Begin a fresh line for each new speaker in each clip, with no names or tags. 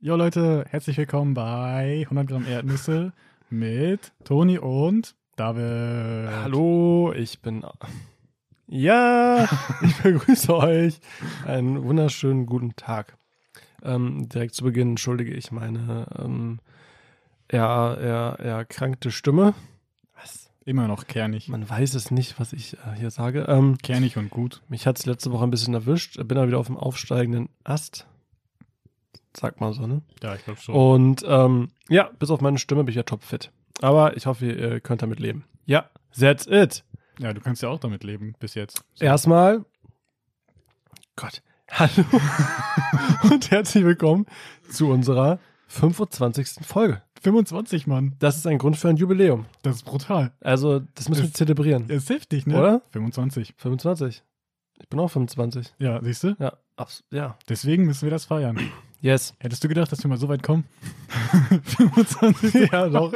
Jo Leute, herzlich willkommen bei 100 Gramm Erdnüsse mit Toni und David.
Äh, Hallo, ich bin. Ja, ich begrüße euch. Einen wunderschönen guten Tag. Ähm, direkt zu Beginn entschuldige ich meine ähm, eher, eher, eher krankte Stimme. Was?
Immer noch kernig.
Man weiß es nicht, was ich äh, hier sage. Ähm,
Kernig und gut.
mich hat es letzte Woche ein bisschen erwischt. Bin da wieder auf dem aufsteigenden Ast. Sag mal so, ne?
Ja, ich glaube schon.
Und ähm, ja, bis auf meine Stimme bin ich ja topfit. Aber ich hoffe, ihr könnt damit leben. Ja, that's it.
Ja, du kannst ja auch damit leben, bis jetzt.
Erstmal, Gott, hallo und herzlich willkommen zu unserer 25. Folge.
25, Mann.
Das ist ein Grund für ein Jubiläum.
Das ist brutal.
Also, das müssen wir
Ist-
zelebrieren.
Das ist heftig, ne?
Oder?
25.
25. Ich bin auch 25.
Ja, siehst du?
Ja, abs ja.
Deswegen müssen wir das feiern.
Yes.
Hättest du gedacht, dass wir mal so weit kommen? 25?
Ja, doch.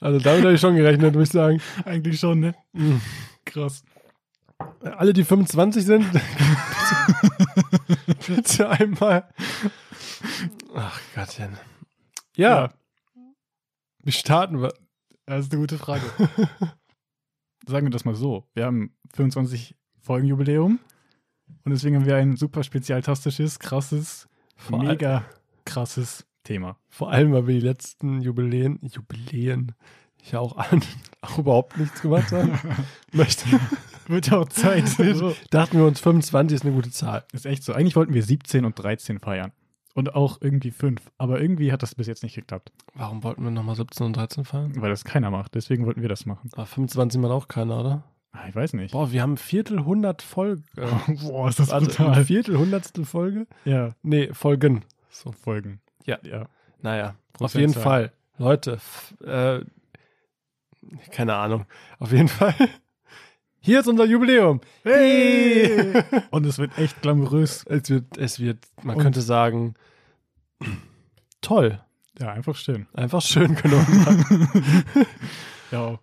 Also, damit habe ich schon gerechnet, muss ich sagen.
Eigentlich schon, ne?
Mhm.
Krass.
Alle, die 25 sind, bitte einmal. Ach Gottchen. Ja,
Ja.
wie starten wir?
Das ist eine gute Frage. Sagen wir das mal so. Wir haben 25 Folgenjubiläum und deswegen haben wir ein super spezialtastisches, krasses,
Vor all-
mega krasses Thema.
Vor allem, weil wir die letzten Jubiläen, Jubiläen, ich ja auch an, auch überhaupt nichts gemacht haben. Möchte,
Wird ja auch Zeit. so.
dachten wir uns, 25 ist eine gute Zahl.
Ist echt so. Eigentlich wollten wir 17 und 13 feiern. Und auch irgendwie 5. Aber irgendwie hat das bis jetzt nicht geklappt,
Warum wollten wir nochmal 17 und 13 fahren?
weil das keiner macht. Deswegen wollten wir das machen.
Aber 25 mal auch keiner, oder?
Ah, Ich weiß nicht.
Boah, wir haben Viertelhundert Folge.
Boah, ist Oh, das
äh, Also, eine Viertelhundertste Folge?
Ja,
Nee, Folgen. So.
Folgen.
Ja.
ja.
Naja, auf
Prozentzahl.
jeden Fall. Leute, f- äh, keine Ahnung. Auf jeden Fall. Hier ist unser Jubiläum.
Hey! und es wird echt glamourös.
Es wird, es wird, man
Und-
könnte sagen, toll.
Ja, einfach schön.
Einfach schön genommen.
Ja.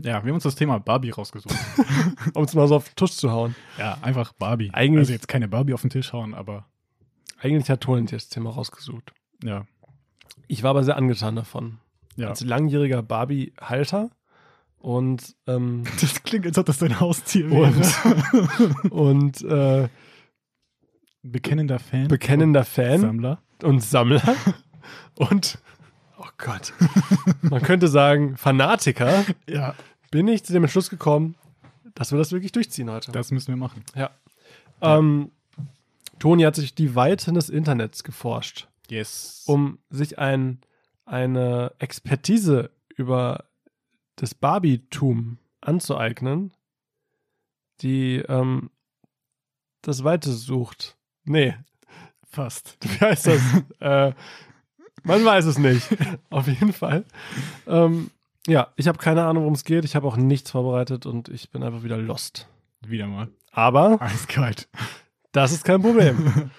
Ja, wir haben uns das Thema Barbie rausgesucht.
um es mal so auf den Tisch zu hauen.
ja, einfach Barbie.
Eigentlich-
also jetzt keine Barbie auf den Tisch hauen, aber
Eigentlich hat Toland das Thema rausgesucht.
ja.
Ich war aber sehr angetan davon.
ja.
Als langjähriger Barbie-Halter und, ähm,
Das klingt, als ob das dein Haustier
und äh,
Bekennender Fan.
bekennender Fan.
Sammler.
und Sammler und, oh Gott, man könnte sagen, Fanatiker,
Ja,
bin ich zu dem Entschluss gekommen, dass wir das wirklich durchziehen heute.
das müssen wir machen.
Ähm, Toni hat sich die Weiten des Internets geforscht,
Yes.
um sich ein, eine Expertise über das Barbietum anzueignen, die ähm, das Weite sucht. Nee,
fast.
wie heißt das? äh, man weiß es nicht. Auf jeden Fall. Ähm, ja, ich habe keine Ahnung, worum es geht. Ich habe auch nichts vorbereitet und ich bin einfach wieder lost.
Wieder mal.
Aber
Eiskalt.
das ist kein Problem.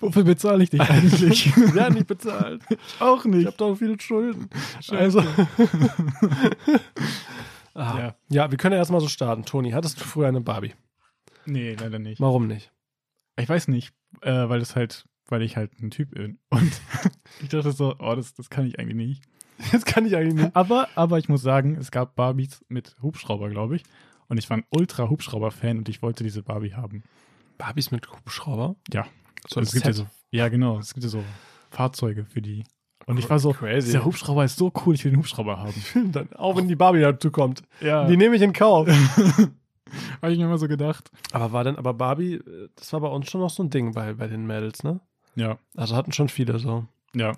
Wofür bezahle ich dich eigentlich?
ja, nicht bezahlt.
Auch
Ich
nicht.
habe doch viele Schulden. Also. ah. ja.
Ja.
wir können ja erstmal so starten. Toni, hattest du früher eine Barbie?
Nee, leider nicht.
Warum nicht?
Ich weiß nicht, äh, weil das halt, weil ich halt ein Typ bin. Und ich dachte so, oh, das, das kann ich eigentlich nicht.
Jetzt kann ich eigentlich nicht.
Aber, aber ich muss sagen, es gab Barbies mit Hubschrauber, glaube ich. Und ich war ein ultra Hubschrauber-Fan und ich wollte diese Barbie haben.
Barbies mit Hubschrauber?
Ja.
So
es gibt ja so, ja, genau. Es gibt ja so Fahrzeuge für die. Und ich war so,
crazy.
dieser Hubschrauber ist so cool, ich will den Hubschrauber haben.
Dann, auch wenn die Barbie dazu kommt.
Ja.
Die nehme ich in Kauf.
Habe ich mir immer so gedacht.
Aber war dann, aber Barbie, äh, das war bei uns schon noch so ein Ding bei, bei den Mädels, ne?
Ja,
Also hatten schon viele so.
ja.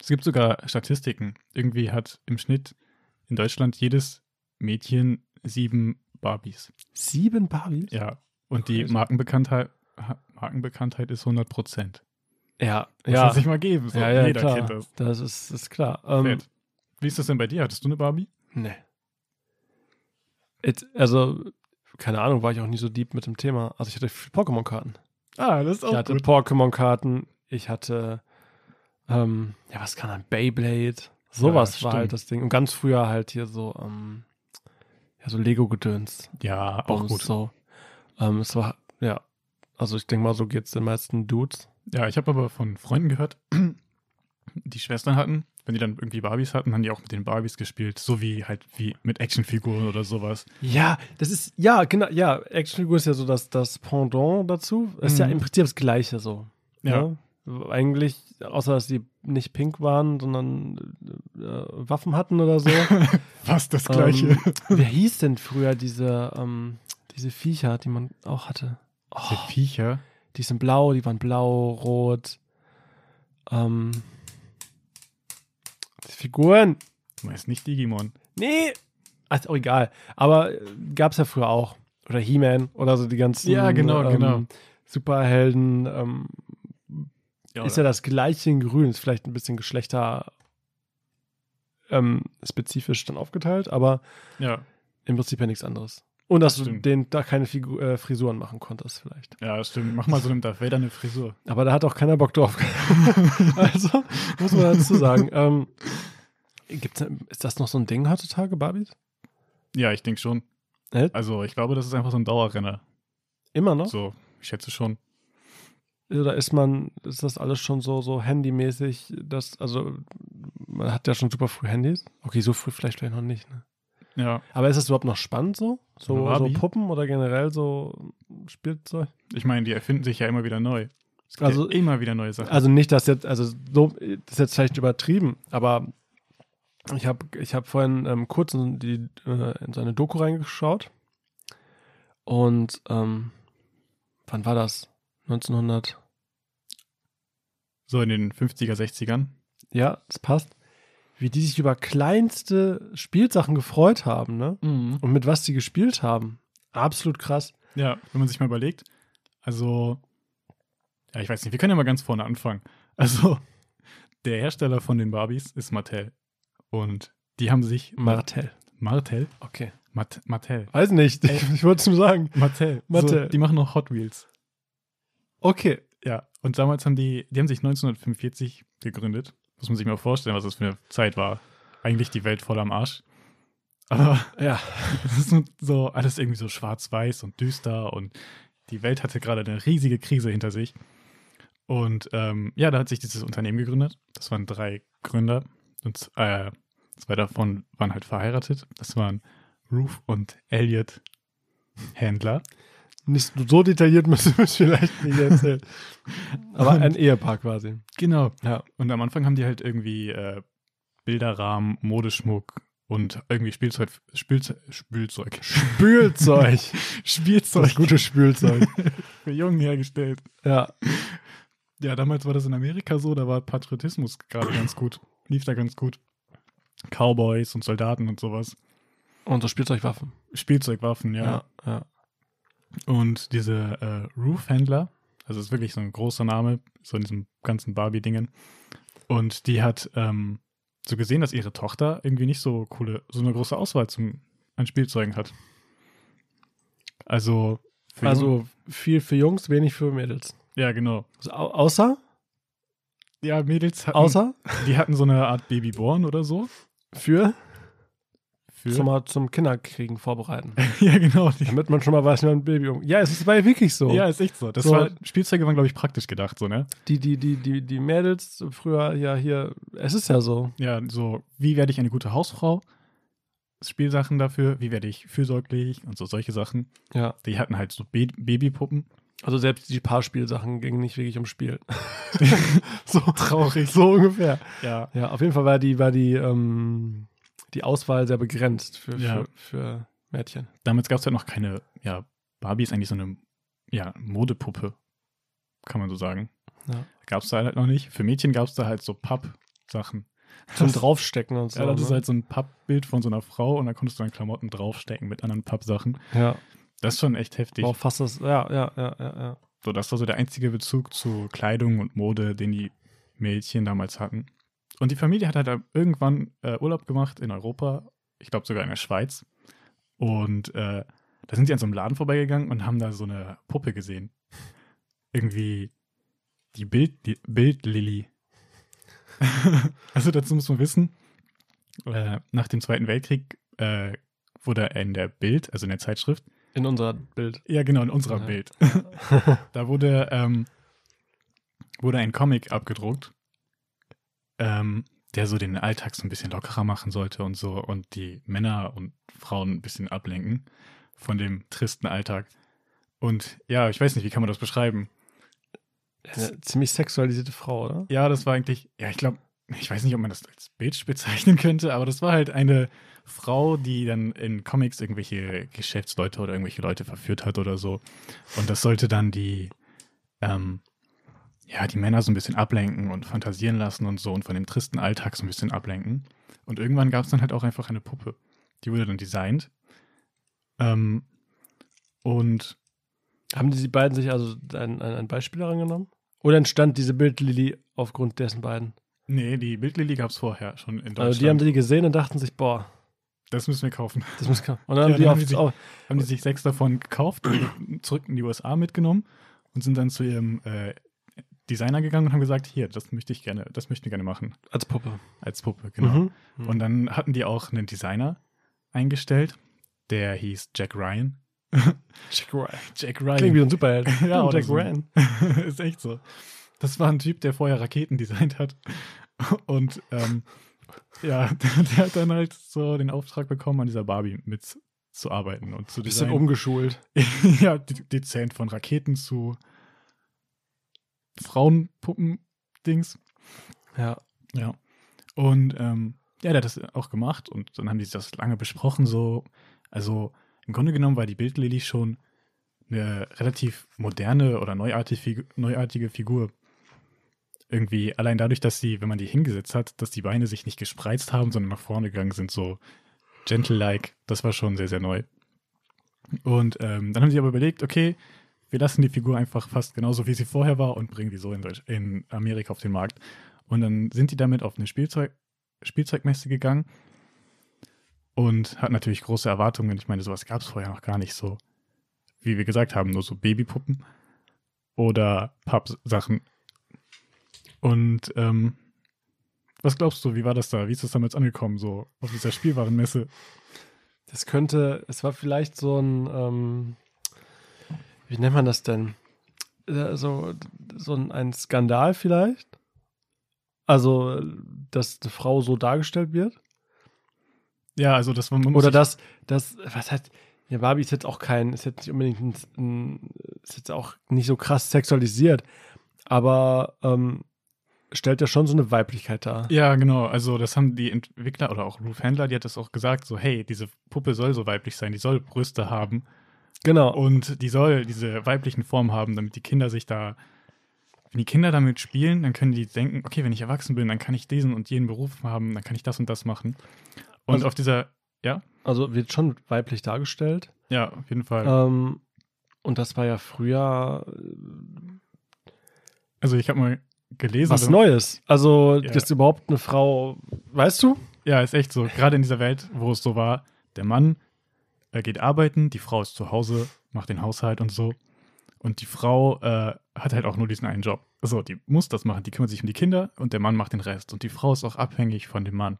Es gibt sogar Statistiken. Irgendwie hat im Schnitt in Deutschland jedes Mädchen sieben Barbies.
Sieben Barbies? Ja,
Ja. Und die
Crazy.
Markenbekanntheit, Markenbekanntheit ist 100 Prozent.
ja.
Muss
Ja,
man sich mal geben. So.
ja, ja
Jeder
klar.
kennt das.
Das ist, ist klar. Ähm,
Fett. Wie ist das denn bei dir? Hattest du eine Barbie?
nee. Jetzt, also, keine Ahnung, war ich auch nie so deep mit dem Thema. Also ich hatte viel Pokémon-Karten.
Ah, das ist
Ich hatte Pokémon-Karten, ich hatte, ähm, ja, was kann man, Beyblade. Sowas
Ja,
war halt
stimmt.
das Ding. Und ganz früher halt hier so, ähm, ja, so Lego-Gedöns.
Ja, auch
Bums,
gut.
So. Ähm, es war, ja. Also ich denke mal, so geht's den meisten Dudes.
Ja, ich habe aber von Freunden gehört, die Schwestern hatten, wenn die dann irgendwie Barbies hatten, haben die auch mit den Barbies gespielt, so wie halt wie mit Actionfiguren oder sowas.
Ja, das ist, ja, genau, ja, Actionfigur ist ja so das, das Pendant dazu. Ist ja
Mhm.
im Prinzip das Gleiche so.
Ja.
ne? Eigentlich, außer dass die nicht pink waren, sondern äh, Waffen hatten oder so.
Fast das gleiche.
Ähm, wer hieß denn früher diese, ähm, diese Viecher, die man auch hatte?
Diese
Oh,
Viecher.
die sind blau, die waren blau, rot. Ähm, die Figuren.
Du meinst nicht Digimon.
Nee. Ach, ist auch egal. Aber äh, gab's ja früher auch. Oder He-Man oder so die ganzen
Ja, genau,
ähm,
genau.
Superhelden. Ähm,
Genau, Ja,
ist ja das gleiche in Grün, ist vielleicht ein bisschen geschlechter ähm, spezifisch dann aufgeteilt, aber
ja.
im Prinzip ja nichts anderes. Und dass
Das
du
stimmt.
den da keine Figu äh, Frisuren machen konntest, vielleicht.
ja, stimmt. Mach mal so einem Darth Vader eine Frisur.
Aber da hat auch keiner Bock drauf. also, muss man dazu sagen. Ähm, gibt's, ist das noch so ein Ding heutzutage, Barbies?
Ja, ich denke schon.
Echt?
Also, ich glaube, das ist einfach so ein Dauerrenner.
Immer noch?
So, ich schätze schon.
Oder ist man, ist das alles schon so, so handymäßig, dass, also man hat ja schon super früh Handys? Okay, so früh vielleicht vielleicht noch nicht, ne?
Ja.
Aber ist das überhaupt noch spannend so? So, so
Barbie?
Puppen oder generell so Spielzeug?
Ich meine, die erfinden sich ja immer wieder neu. Es gibt
Also-
ja immer wieder neue Sachen.
Also nicht, dass jetzt, also so, das ist jetzt vielleicht übertrieben, aber ich habe ich hab vorhin ähm, kurz in, die, äh, in seine Doku reingeschaut und ähm, wann war das? 1900,
So in den 50er, 60ern.
ja, das passt. Wie die sich über kleinste Spielsachen gefreut haben, ne? Und mit was die gespielt haben. Absolut krass.
Ja, wenn man sich mal überlegt. Also, ja, ich weiß nicht, wir können ja mal ganz vorne anfangen. Also, der Hersteller von den Barbies ist Mattel. Und die haben sich
Martell.
Martell?
Okay.
Mat Mattel.
Weiß nicht,
Ey.
ich, ich wollte es nur sagen.
Mattel.
Mattel.
So, die machen noch Hot Wheels.
Okay.
Ja, und damals haben die, die haben sich 1945 gegründet. Muss man sich mal vorstellen, was das für eine Zeit war. Eigentlich die Welt voll am Arsch. Aber
Ja.
es ist nur so alles irgendwie so schwarz-weiß und düster und die Welt hatte gerade eine riesige Krise hinter sich. Und ähm, ja, da hat sich dieses Unternehmen gegründet. Das waren drei Gründer und z- äh, zwei davon waren halt verheiratet. Das waren Ruth und Elliot Händler.
Nicht so detailliert müssen wir es vielleicht nicht erzählen. Aber
Und-
ein Ehepaar quasi.
Genau.
Ja.
Und am Anfang haben die halt irgendwie äh, Bilderrahmen, Modeschmuck und irgendwie Spielzeug, Spielzeug, Spielzeug,
Spülzeug. Das
Spielzeug
gute Spülzeug.
für Jungen hergestellt.
ja.
Ja, damals war das in Amerika so, da war Patriotismus gerade ganz gut. Lief da ganz gut. Cowboys und Soldaten und sowas.
Und so Spielzeugwaffen.
Spielzeugwaffen, ja.
Ja. ja.
Und diese äh, Roof-Händler, also ist wirklich so ein großer Name, so in diesem ganzen Barbie-Dingen. Und die hat ähm, so gesehen, dass ihre Tochter irgendwie nicht so coole, so eine große Auswahl zum, an Spielzeugen hat. Also, für Jungen-
Also viel für Jungs, wenig für Mädels.
ja, genau.
Also, au- außer?
Ja, Mädels hatten,
Außer?
die hatten so eine Art Babyborn oder so.
Für?
Für,
Schon mal zum Kinderkriegen vorbereiten.
ja, genau. Die,
Damit man schon mal weiß, wie man ein Baby um. Ja, es ist bei wirklich so.
Ja, ist echt so. Das
So.
war, Spielzeuge waren, glaube ich, praktisch gedacht, so, ne?
Die, die, die, die, die Mädels früher, ja, hier. Es ist ja so.
Ja, so, wie werde ich eine gute Hausfrau? Spielsachen dafür, wie werde ich fürsorglich und so solche Sachen.
Ja.
Die hatten halt so Ba- Babypuppen.
Also selbst die Paarspielsachen gingen nicht wirklich ums Spiel.
So traurig.
So ungefähr.
Ja.
Ja, auf jeden Fall war die, war die, ähm, die Auswahl sehr begrenzt für,
Ja.
für, für Mädchen.
Damals gab es halt noch keine, ja, Barbie ist eigentlich so eine, ja, Modepuppe, kann man so sagen.
Ja.
Gab es da halt noch nicht. Für Mädchen gab es da halt so Pappsachen.
Zum
Das-
Draufstecken und so.
Ja, das
ne?
ist halt so ein Pappbild von so einer Frau und da konntest du dann Klamotten draufstecken mit anderen Pappsachen.
ja.
Das ist schon echt heftig.
War auch fast das. Ja, ja, ja, ja, ja.
So, das war so der einzige Bezug zu Kleidung und Mode, den die Mädchen damals hatten. Und die Familie hat halt irgendwann äh, Urlaub gemacht in Europa, ich glaube sogar in der Schweiz. Und äh, da sind sie an so einem Laden vorbeigegangen und haben da so eine Puppe gesehen. Irgendwie die Bild, die Bildlilly. also dazu muss man wissen, äh, nach dem Zweiten Weltkrieg äh, wurde in der Bild, also in der Zeitschrift,
In unser Bild.
Ja, genau, in unserer
Ja.
Bild. da wurde, ähm, wurde ein Comic abgedruckt, ähm, der so den Alltag so ein bisschen lockerer machen sollte und so und die Männer und Frauen ein bisschen ablenken von dem tristen Alltag. Und ja, ich weiß nicht, wie kann man das beschreiben?
Eine ziemlich sexualisierte Frau, oder?
Ja, das war eigentlich, ja, ich glaube, ich weiß nicht, ob man das als Bitch bezeichnen könnte, aber das war halt eine Frau, die dann in Comics irgendwelche Geschäftsleute oder irgendwelche Leute verführt hat oder so. Und das sollte dann die, ähm, ja, die Männer so ein bisschen ablenken und fantasieren lassen und so und von dem tristen Alltag so ein bisschen ablenken. Und irgendwann gab es dann halt auch einfach eine Puppe. Die wurde dann designt. Ähm, und
Haben die, die beiden sich also ein, ein, ein Beispiel daran genommen? Oder entstand diese Bildlili aufgrund dessen beiden?
nee, die Bildlily gab es vorher schon in Deutschland.
Also die haben die gesehen und dachten sich, boah,
das müssen wir kaufen.
das muss kommen. Und dann
Ja,
haben
dann haben die
die, auf,
sich-
auf,
haben die sich sechs davon gekauft, äh, zurück in die USA mitgenommen und sind dann zu ihrem äh, Designer gegangen und haben gesagt, hier, das möchte ich gerne, das möchten wir gerne machen
als Puppe.
als Puppe, genau.
Mhm.
Und dann hatten die auch einen Designer eingestellt, der hieß Jack Ryan.
Jack Ryan.
Jack
Klingt wie
Ryan
so ein Superheld.
Ja, oder
Jack
so.
Ryan.
ist echt so. Das war ein Typ, der vorher Raketen designt hat und ähm, ja, der, der hat dann halt so den Auftrag bekommen, an dieser Barbie mitzuarbeiten und zu
Bisschen
designen.
umgeschult.
ja, de- dezent von Raketen zu Frauenpuppen-Dings.
Ja.
Ja. Und ähm, ja, der hat das auch gemacht und dann haben die das lange besprochen. So, also im Grunde genommen war die Bildlily schon eine relativ moderne oder neuartige, Figu- neuartige Figur. Irgendwie allein dadurch, dass sie, wenn man die hingesetzt hat, dass die Beine sich nicht gespreizt haben, sondern nach vorne gegangen sind, so gentle-like. Das war schon sehr, sehr neu. Und ähm, dann haben sie aber überlegt, okay, wir lassen die Figur einfach fast genauso, wie sie vorher war und bringen die so in, Deutsch, in Amerika auf den Markt. Und dann sind die damit auf eine Spielzeug Spielzeugmesse gegangen und hatten natürlich große Erwartungen. Ich meine, sowas gab es vorher noch gar nicht so. Wie wir gesagt haben, nur so Babypuppen oder Pappsachen. Und ähm, was glaubst du, wie war das da? Wie ist das damals angekommen, so auf dieser Spielwarenmesse?
Das könnte, es war vielleicht so ein, ähm, wie nennt man das denn? Äh, So, so ein, ein Skandal vielleicht? Also, dass eine Frau so dargestellt wird?
Ja, also das war man muss
Oder
sich-
dass, dass, was heißt, ja, Barbie ist jetzt auch kein, ist jetzt nicht unbedingt, ein, ein, ist jetzt auch nicht so krass sexualisiert, aber ähm, stellt ja schon so eine Weiblichkeit dar.
Ja, genau. Also, das haben die Entwickler oder auch Ruth Handler, die hat das auch gesagt: so, hey, diese Puppe soll so weiblich sein, die soll Brüste haben
Genau.
und die soll diese weiblichen Formen haben, damit die Kinder sich da. Wenn die Kinder damit spielen, dann können die denken: okay, wenn ich erwachsen bin, dann kann ich diesen und jenen Beruf haben, dann kann ich das und das machen. Und
Also-
auf dieser,
Also wird schon weiblich dargestellt.
ja, auf jeden Fall.
Ähm, und das war ja früher
Also, ich habe mal gelesen.
was
wenn-
Neues. Also,
Ja.
dass überhaupt eine Frau, weißt du?
Ja, ist echt so. Gerade in dieser Welt, wo es so war, der Mann äh, geht arbeiten, die Frau ist zu Hause, macht den Haushalt und so. Und die Frau äh, hat halt auch nur diesen einen Job. Also, die muss das machen, die kümmert sich um die Kinder und der Mann macht den Rest. Und die Frau ist auch abhängig von dem Mann.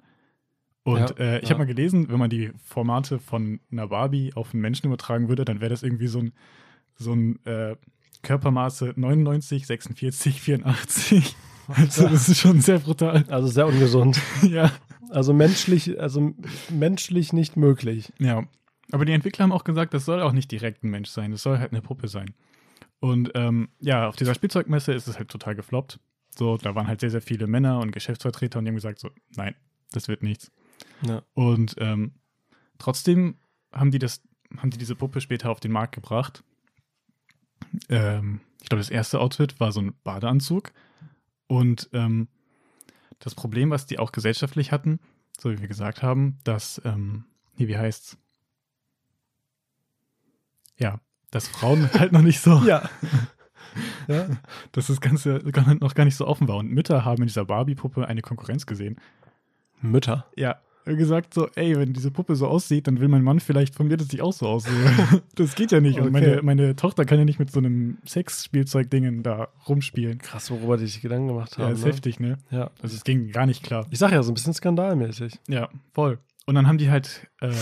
Und
Ja,
äh, ich
ja.
habe mal gelesen, wenn man die Formate von einer Barbie auf einen Menschen übertragen würde, dann wäre das irgendwie so ein, so ein äh, Körpermaße 99, 46, 84. Also, das ist schon sehr brutal.
Also sehr ungesund.
ja.
Also menschlich, also menschlich nicht möglich.
Ja, aber die Entwickler haben auch gesagt, das soll auch nicht direkt ein Mensch sein, das soll halt eine Puppe sein. Und ähm, ja, auf dieser Spielzeugmesse ist es halt total gefloppt. So, da waren halt sehr, sehr viele Männer und Geschäftsvertreter und die haben gesagt, so, nein, das wird nichts.
Ja.
Und ähm, trotzdem haben die das, haben die diese Puppe später auf den Markt gebracht. Ähm, ich glaube, das erste Outfit war so ein Badeanzug. Und ähm, das Problem, was die auch gesellschaftlich hatten, so wie wir gesagt haben, dass, ähm, nee, wie heißt's? Ja, dass Frauen halt noch nicht so
Ja. ja.
dass das Ganze gar- noch gar nicht so offen war. Und Mütter haben in dieser Barbie-Puppe eine Konkurrenz gesehen.
Mütter.
Ja. Gesagt so, ey, wenn diese Puppe so aussieht, dann will mein Mann vielleicht von mir, dass ich auch so aussehe. das geht ja nicht. Und
Okay.
meine, meine Tochter kann ja nicht mit so einem Sexspielzeugdingen da rumspielen.
Krass, worüber die sich Gedanken gemacht haben.
Ja, ist
ne?
heftig, ne?
ja.
Also es ging gar nicht klar.
Ich sag ja, so ein bisschen skandalmäßig.
Ja, voll. Und dann haben die halt äh,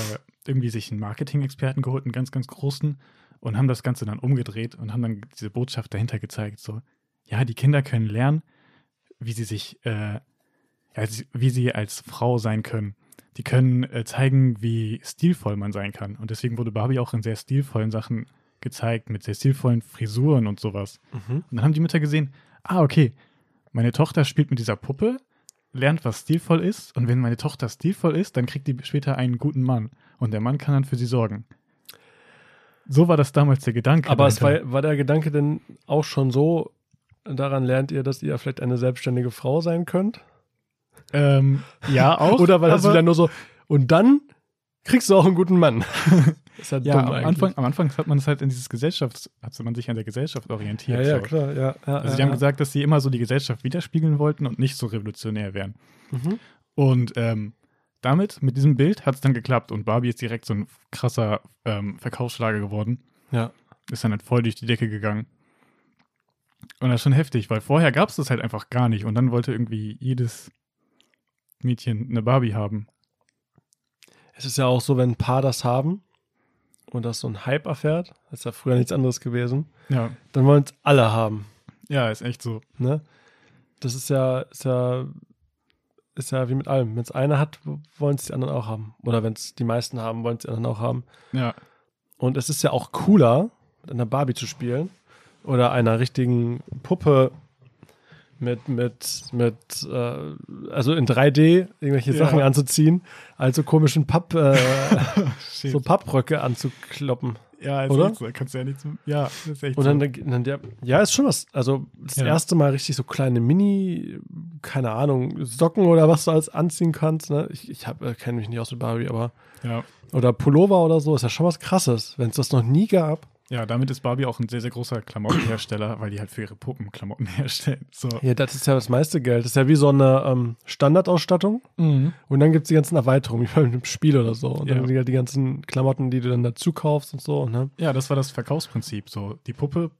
irgendwie sich einen Marketing-Experten geholt, einen ganz, ganz großen, und haben das Ganze dann umgedreht und haben dann diese Botschaft dahinter gezeigt, so, ja, die Kinder können lernen, wie sie sich, äh, als, wie sie als Frau sein können. Die können äh, zeigen, wie stilvoll man sein kann. Und deswegen wurde Barbie auch in sehr stilvollen Sachen gezeigt, mit sehr stilvollen Frisuren und sowas.
Mhm.
Und dann haben die Mütter gesehen, ah, okay, meine Tochter spielt mit dieser Puppe, lernt, was stilvoll ist, und wenn meine Tochter stilvoll ist, dann kriegt die später einen guten Mann. Und der Mann kann dann für sie sorgen. So war das damals der Gedanke.
Aber es
dahinter.
war, war der Gedanke denn auch schon so, daran lernt ihr, dass ihr vielleicht eine selbstständige Frau sein könnt?
ähm, ja auch.
Oder war das
aber-
wieder nur so, und dann kriegst du auch einen guten Mann? ist halt
Ja,
dumm
am
eigentlich.
Anfang, am Anfang hat man es halt in dieses Gesellschafts, hat man sich an der Gesellschaft
ja,
orientiert.
ja,
so.
klar, ja. ja
Also
ja,
sie haben
ja.
gesagt, dass sie immer so die Gesellschaft widerspiegeln wollten und nicht so revolutionär wären.
Mhm.
Und ähm, damit, mit diesem Bild, hat es dann geklappt und Barbie ist direkt so ein krasser ähm, Verkaufsschlager geworden.
Ja.
Ist dann halt voll durch die Decke gegangen. Und das ist schon heftig, weil vorher gab es das halt einfach gar nicht und dann wollte irgendwie jedes Mädchen eine Barbie haben.
Es ist ja auch so, wenn ein Paar das haben und das so ein Hype erfährt, das ist ja früher nichts anderes gewesen,
Ja,
dann wollen es alle haben.
ja, ist echt so.
Ne? Das ist ja, ist ja, ist ja wie mit allem. Wenn es einer hat, wollen es die anderen auch haben. Oder wenn es die meisten haben, wollen es die anderen auch haben.
Ja,
Und es ist ja auch cooler, mit einer Barbie zu spielen oder einer richtigen Puppe mit, mit, mit, äh, also in 3D irgendwelche
Ja.
Sachen anzuziehen, als so komischen Papp, äh,
shit.
so Pappröcke anzukloppen.
ja, ist
oder?
echt so. Kannst du ja nichts. Ja, ist echt
Und dann,
so.
dann der, ja, ist schon was. Also das
Ja.
erste Mal richtig so kleine Mini, keine Ahnung, Socken oder was du alles anziehen kannst. Ne? Ich, ich hab, äh, kenne mich nicht aus mit Barbie, aber.
Ja.
Oder Pullover oder so, ist ja schon was krasses, wenn es das noch nie gab.
ja, damit ist Barbie auch ein sehr, sehr großer Klamottenhersteller, weil die halt für ihre Puppen Klamotten herstellen. So.
Ja, das ist ja das meiste Geld. Das ist ja wie so eine ähm, Standardausstattung. Und dann gibt es die ganzen Erweiterungen, wie bei einem Spiel oder so. Und
Ja.
dann die, die ganzen Klamotten, die du dann dazu kaufst und so. Ne?
Ja, das war das Verkaufsprinzip. So, die Puppe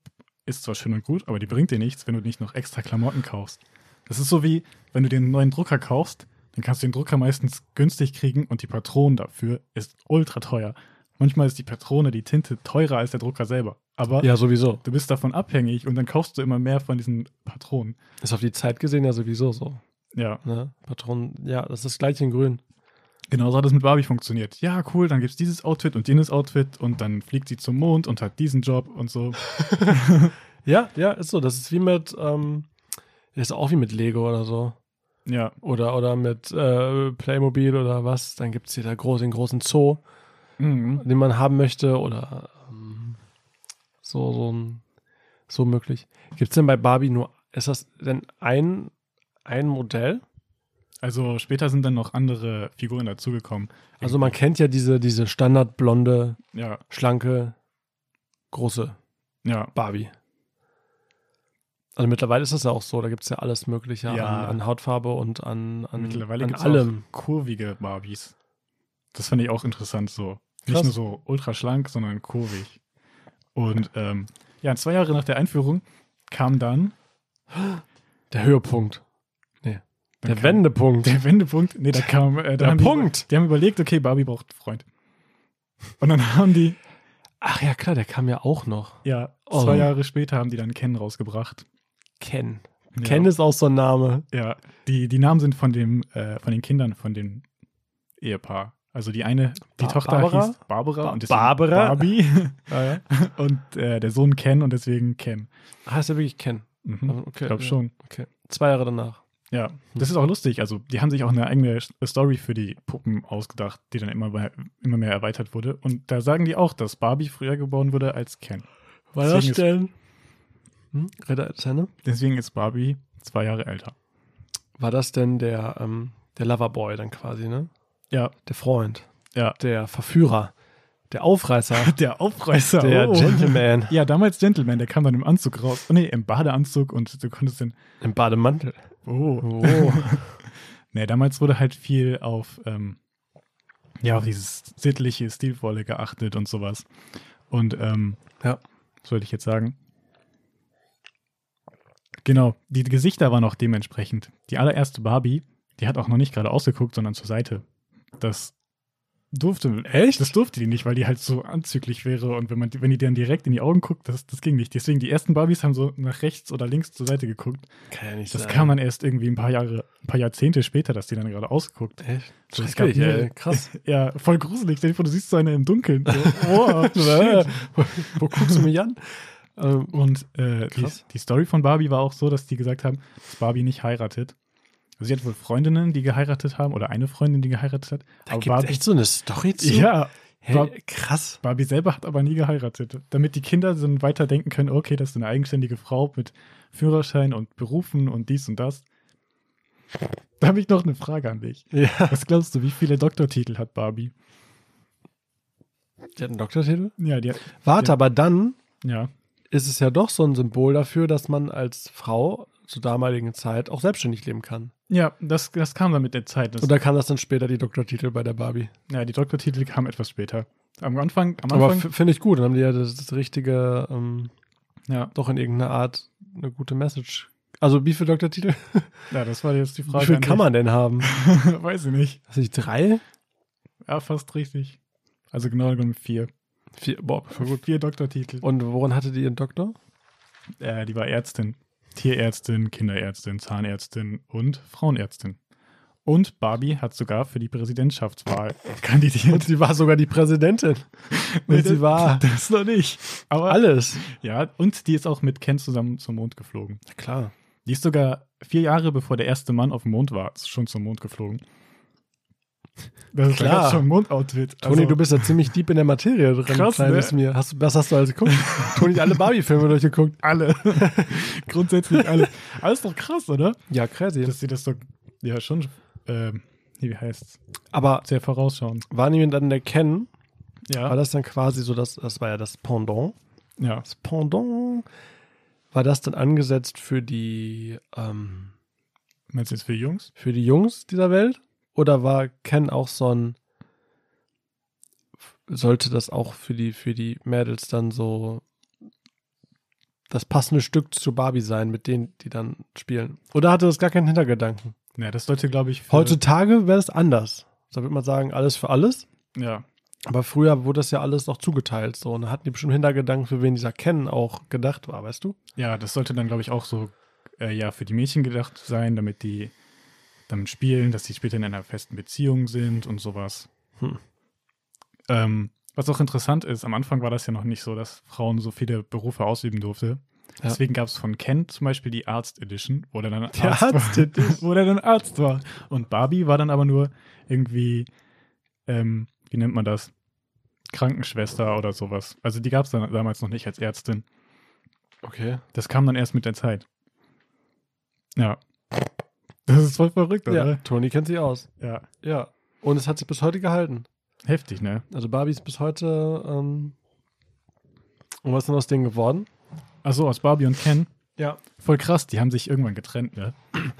ist zwar schön und gut, aber die bringt dir nichts, wenn du nicht noch extra Klamotten kaufst. Das ist so wie, wenn du dir einen neuen Drucker kaufst, dann kannst du den Drucker meistens günstig kriegen und die Patronen dafür ist ultra teuer. Manchmal ist die Patrone, die Tinte teurer als der Drucker selber. Aber
Ja, sowieso.
du bist davon abhängig und dann kaufst du immer mehr von diesen Patronen.
Ist auf die Zeit gesehen ja sowieso so.
Ja,
Ne? Patronen, ja, das ist das gleiche in grün.
genauso genau hat es mit Barbie funktioniert. Ja, cool, dann gibt's dieses Outfit und jenes Outfit und dann fliegt sie zum Mond und hat diesen Job und so.
Ja, ja, ist so. Das ist wie mit, ähm, ist auch wie mit Lego oder so.
Ja,
Oder, oder mit äh, Playmobil oder was. Dann gibt es hier da groß, den großen Zoo,
mhm.
den man haben möchte. Oder ähm, so, so, ein- so möglich. Gibt es denn bei Barbie nur, ist das denn ein, ein Modell?
Also später sind dann noch andere Figuren dazugekommen.
Also man kennt ja diese, diese standardblonde,
Ja,
schlanke, große
ja,
Barbie. Also mittlerweile ist das ja auch so, da gibt es ja alles Mögliche
Ja.
An, an Hautfarbe und an, an,
Mittlerweile
an
gibt's
allem.
kurvige Barbies. Das fand ich auch interessant so.
Krass.
Nicht nur so ultra schlank, sondern kurvig. Und ähm, ja, zwei Jahre nach der Einführung kam dann,
Der Höhepunkt.
dann
der
kam
Wendepunkt.
der Wendepunkt. Nee, da kam äh, dann
Der
haben Die,
Punkt.
die haben überlegt, okay, Barbie braucht einen Freund. Und dann haben die,
Ach ja, klar, der kam ja auch noch.
ja,
Oh.
zwei Jahre später haben die dann Ken rausgebracht.
Ken.
Ja.
Ken ist auch so ein Name.
Ja, die, die Namen sind von dem, äh, von den Kindern von dem Ehepaar. Also die eine, die
Ba-
Tochter
Barbara?
hieß Barbara
Ba-
und deswegen
Barbara?
Barbie
Ah, ja.
und äh, der Sohn Ken und deswegen Ken.
Heißt ja wirklich Ken. Also,
Mhm.
Oh, Okay,
Ich glaube
ja. Hm.
schon.
Okay. Zwei Jahre danach.
Ja, das ist auch lustig. Also die haben sich auch eine eigene S- Story für die Puppen ausgedacht, die dann immer, bei, immer mehr erweitert wurde. Und da sagen die auch, dass Barbie früher geboren wurde als Ken.
War
Deswegen
das
ist-
denn? Hm? Reda- Senne?
Deswegen ist Barbie zwei Jahre älter.
War das denn der, ähm, der Loverboy dann quasi, ne?
Ja,
Der Freund.
Ja.
Der Verführer. Der Aufreißer.
der Aufreißer.
der
oh.
Gentleman.
Ja, damals Gentleman, der kam dann im Anzug raus. Oh nee, im Badeanzug und du konntest dann
Im Bademantel.
Oh.
Oh.
Nee, damals wurde halt viel auf, ähm, ja, auf dieses sittliche, stilvolle geachtet und sowas. Und, ähm,
Ja.
was wollte ich jetzt sagen? Genau, die Gesichter waren auch dementsprechend. Die allererste Barbie, die hat auch noch nicht gerade ausgeguckt, sondern zur Seite. Das Durfte.
Echt?
Das durfte die nicht, weil die halt so anzüglich wäre und wenn man die- wenn die dann direkt in die Augen guckt, das, das ging nicht. Deswegen die ersten Barbies haben so nach rechts oder links zur Seite geguckt.
Kann ja nicht
Das
sein.
kam dann erst irgendwie ein paar Jahre, ein paar Jahrzehnte später, dass die dann gerade ausgeguckt.
Echt?
So, es
Schrecklich,
gab nie-
ey. Krass.
Ja, voll gruselig. Stell dir vor, du siehst so eine im Dunkeln. So, wow,
Shit. Wo guckst du mich an? Ähm,
Und äh, die,
Krass.
die Story von Barbie war auch so, dass die gesagt haben, dass Barbie nicht heiratet. Also sie hat wohl Freundinnen, die geheiratet haben, oder eine Freundin, die geheiratet hat.
da gibt es echt so eine Story zu?
ja, Bar-
Hey, krass.
Barbie selber hat aber nie geheiratet. Damit die Kinder dann weiterdenken können, okay, das ist eine eigenständige Frau mit Führerschein und Berufen und dies und das. Da habe ich noch eine Frage an dich.
Ja.
Was glaubst du, wie viele Doktortitel hat Barbie?
Die hat einen Doktortitel?
Ja, die hat,
Warte,
Ja.
aber dann
ja.
ist es ja doch so ein Symbol dafür, dass man als Frau zur damaligen Zeit auch selbstständig leben kann.
Ja, das, das kam dann mit der Zeit. Das,
Und da kam das dann später die Doktortitel bei der Barbie.
ja, die Doktortitel kamen etwas später. Am Anfang, am
Aber
Anfang,
f- finde ich gut. Dann haben die ja das, das richtige, ähm,
ja,
doch in irgendeiner Art eine gute Message. Also wie viele Doktortitel?
ja, das war jetzt die Frage.
Wie viel
an
kann man denn haben?
dich. Weiß ich nicht.
Weiß ich, drei?
Ja, fast richtig. Also genau genommen vier.
Vier, boah, voll gut.
Vier Doktortitel.
Und woran hatte die ihren Doktor?
Äh, die war Ärztin. Tierärztin, Kinderärztin, Zahnärztin und Frauenärztin. Und Barbie hat sogar für die Präsidentschaftswahl kandidiert.
Und sie war sogar die Präsidentin.
Nee,
Und sie war
Das noch nicht. Aber
alles.
ja, und die ist auch mit Ken zusammen zum Mond geflogen.
Ja, klar.
Die ist sogar vier Jahre bevor der erste Mann auf dem Mond war, schon zum Mond geflogen. Das ist
Klar.
schon ein Mondoutfit.
Toni,
Also,
du bist ja ziemlich deep in der Materie drin.
Krass,
kleines mir. Hast, du- was hast du alles geguckt? Toni, hat alle Barbie-Filme durchgeguckt.
alle. Grundsätzlich alle. Alles doch krass, oder?
Ja, crazy.
Dass sie das doch, ja, schon, ähm, wie heißt's?
aber
Sehr vorausschauend.
war nämlich dann der Ken,
Ja.
war das dann quasi so, das, das war ja das Pendant.
ja.
Das Pendant war das dann angesetzt für die, ähm,
Meinst du jetzt für die Jungs?
für die Jungs dieser Welt? Oder war Ken auch so ein, sollte das auch für die, für die Mädels dann so das passende Stück zu Barbie sein, mit denen die dann spielen? Oder hatte das gar keinen Hintergedanken?
Ja, das sollte, glaube ich, für,
Heutzutage wäre das anders. Da würde man sagen, alles für alles.
Ja.
Aber früher wurde das ja alles noch zugeteilt so und da hatten die bestimmt Hintergedanken, für wen dieser Ken auch gedacht war, weißt du?
ja, das sollte dann, glaube ich, auch so äh, ja, für die Mädchen gedacht sein, damit die damit spielen, dass die später in einer festen Beziehung sind und sowas.
Hm.
Ähm, was auch interessant ist, am Anfang war das ja noch nicht so, dass Frauen so viele Berufe ausüben durfte.
Ja.
Deswegen gab es von Ken zum Beispiel die Arzt Edition, wo er dann Arzt,
Der Arzt
war, wo er dann Arzt war. Und Barbie war dann aber nur irgendwie, ähm, wie nennt man das? Krankenschwester oder sowas. Also die gab es dann damals noch nicht als Ärztin.
Okay.
Das kam dann erst mit der Zeit. Ja. Das ist voll verrückt,
Ja,
oder?
Toni kennt sich aus.
Ja.
Ja. Und es hat sich bis heute gehalten.
Heftig, ne?
Also Barbie ist bis heute. Ähm, und was ist denn aus denen geworden?
Achso, aus Barbie und Ken.
Ja.
Voll krass, die haben sich irgendwann getrennt, ne?